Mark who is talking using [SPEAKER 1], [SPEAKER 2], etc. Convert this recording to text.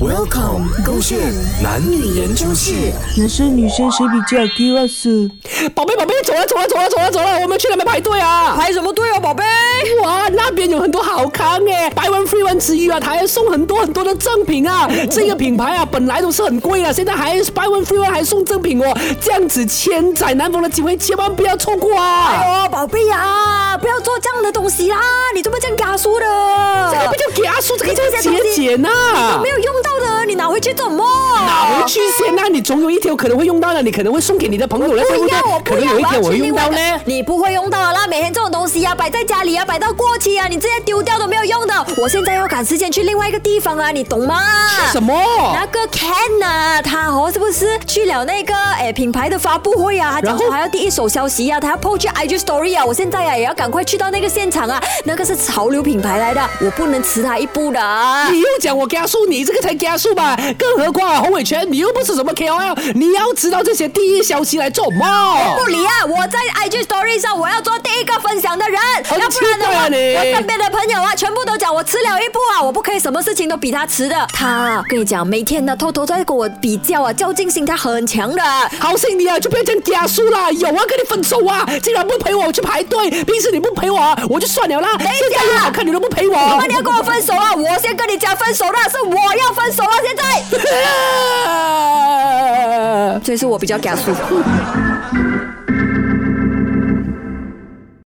[SPEAKER 1] Welcome，勾线男女研究室。
[SPEAKER 2] 男生女生谁比较 curious？
[SPEAKER 3] 宝贝，宝贝，走了，走了，走了，走了，走了，我们去那边排队啊！
[SPEAKER 4] 排什么队哦，宝贝？
[SPEAKER 3] 哇，那边有很多好康哎，白文 free 文之一啊，他还送很多很多的赠品啊。这个品牌啊，本来都是很贵的，现在还白文 free 文还送赠品哦，这样子千载难逢的机会，千万不要错过啊！
[SPEAKER 4] 哦，宝贝呀、不要做这样的东西啦！你这么这样压缩的，
[SPEAKER 3] 这个不叫给阿叔，这个叫节俭
[SPEAKER 4] 都
[SPEAKER 3] 呐
[SPEAKER 4] 没。有用到的，你拿回去做么？
[SPEAKER 3] 拿回去先啊，你总有一天可能会用到的，你可能会送给你的朋友了，对
[SPEAKER 4] 不
[SPEAKER 3] 不
[SPEAKER 4] 要，我
[SPEAKER 3] 对？
[SPEAKER 4] 不
[SPEAKER 3] 可
[SPEAKER 4] 要，
[SPEAKER 3] 能有一天
[SPEAKER 4] 我
[SPEAKER 3] 我
[SPEAKER 4] 要
[SPEAKER 3] 会
[SPEAKER 4] 去
[SPEAKER 3] 用
[SPEAKER 4] 另外
[SPEAKER 3] 到
[SPEAKER 4] 一
[SPEAKER 3] 呢。
[SPEAKER 4] 个。你不会用到的啦，每天这种东西啊，摆在家里啊，摆到过期啊，你直接丢掉都没有用的。我现在要赶时间去另外一个地方啊，你懂吗？
[SPEAKER 3] 什么？
[SPEAKER 4] 那个 Ken 啊，他哦是不是去了那个诶品牌的发布会啊？他讲
[SPEAKER 3] 然后
[SPEAKER 4] 说还要第一手消息啊，他要 PO 去 IG Story 啊。我现在啊也要赶快去到那个现场啊，那个是潮流品牌来的，我不能迟他一步的啊。
[SPEAKER 3] 你又讲我加速，你这个才加速吧？更何况啊，洪伟全，你又不是什么 KOL，你要知道这些第一消息来做嘛。
[SPEAKER 4] 不理啊！我在 IG Story 上，我要做第一个分享的人，
[SPEAKER 3] 很
[SPEAKER 4] 要不然的
[SPEAKER 3] 奇怪
[SPEAKER 4] 话，
[SPEAKER 3] 啊你
[SPEAKER 4] 我身边的朋友啊，全部都讲我迟了一步啊，我不可以什么事情都比他迟的。他啊跟你讲，每天呢偷偷在跟我比较啊，较劲心他很强的。
[SPEAKER 3] 好心你啊，就不要这样加速啦！有啊，跟你分手啊！竟然不陪我去排队，平时你不陪我啊，我就算了啦。
[SPEAKER 4] 哎
[SPEAKER 3] 现在又好看你都不陪我，
[SPEAKER 4] 你们要跟 我分手啊！我先跟你讲分手啦，是我要分手了，啊现
[SPEAKER 3] 啊
[SPEAKER 4] 在。这次我比较敢说。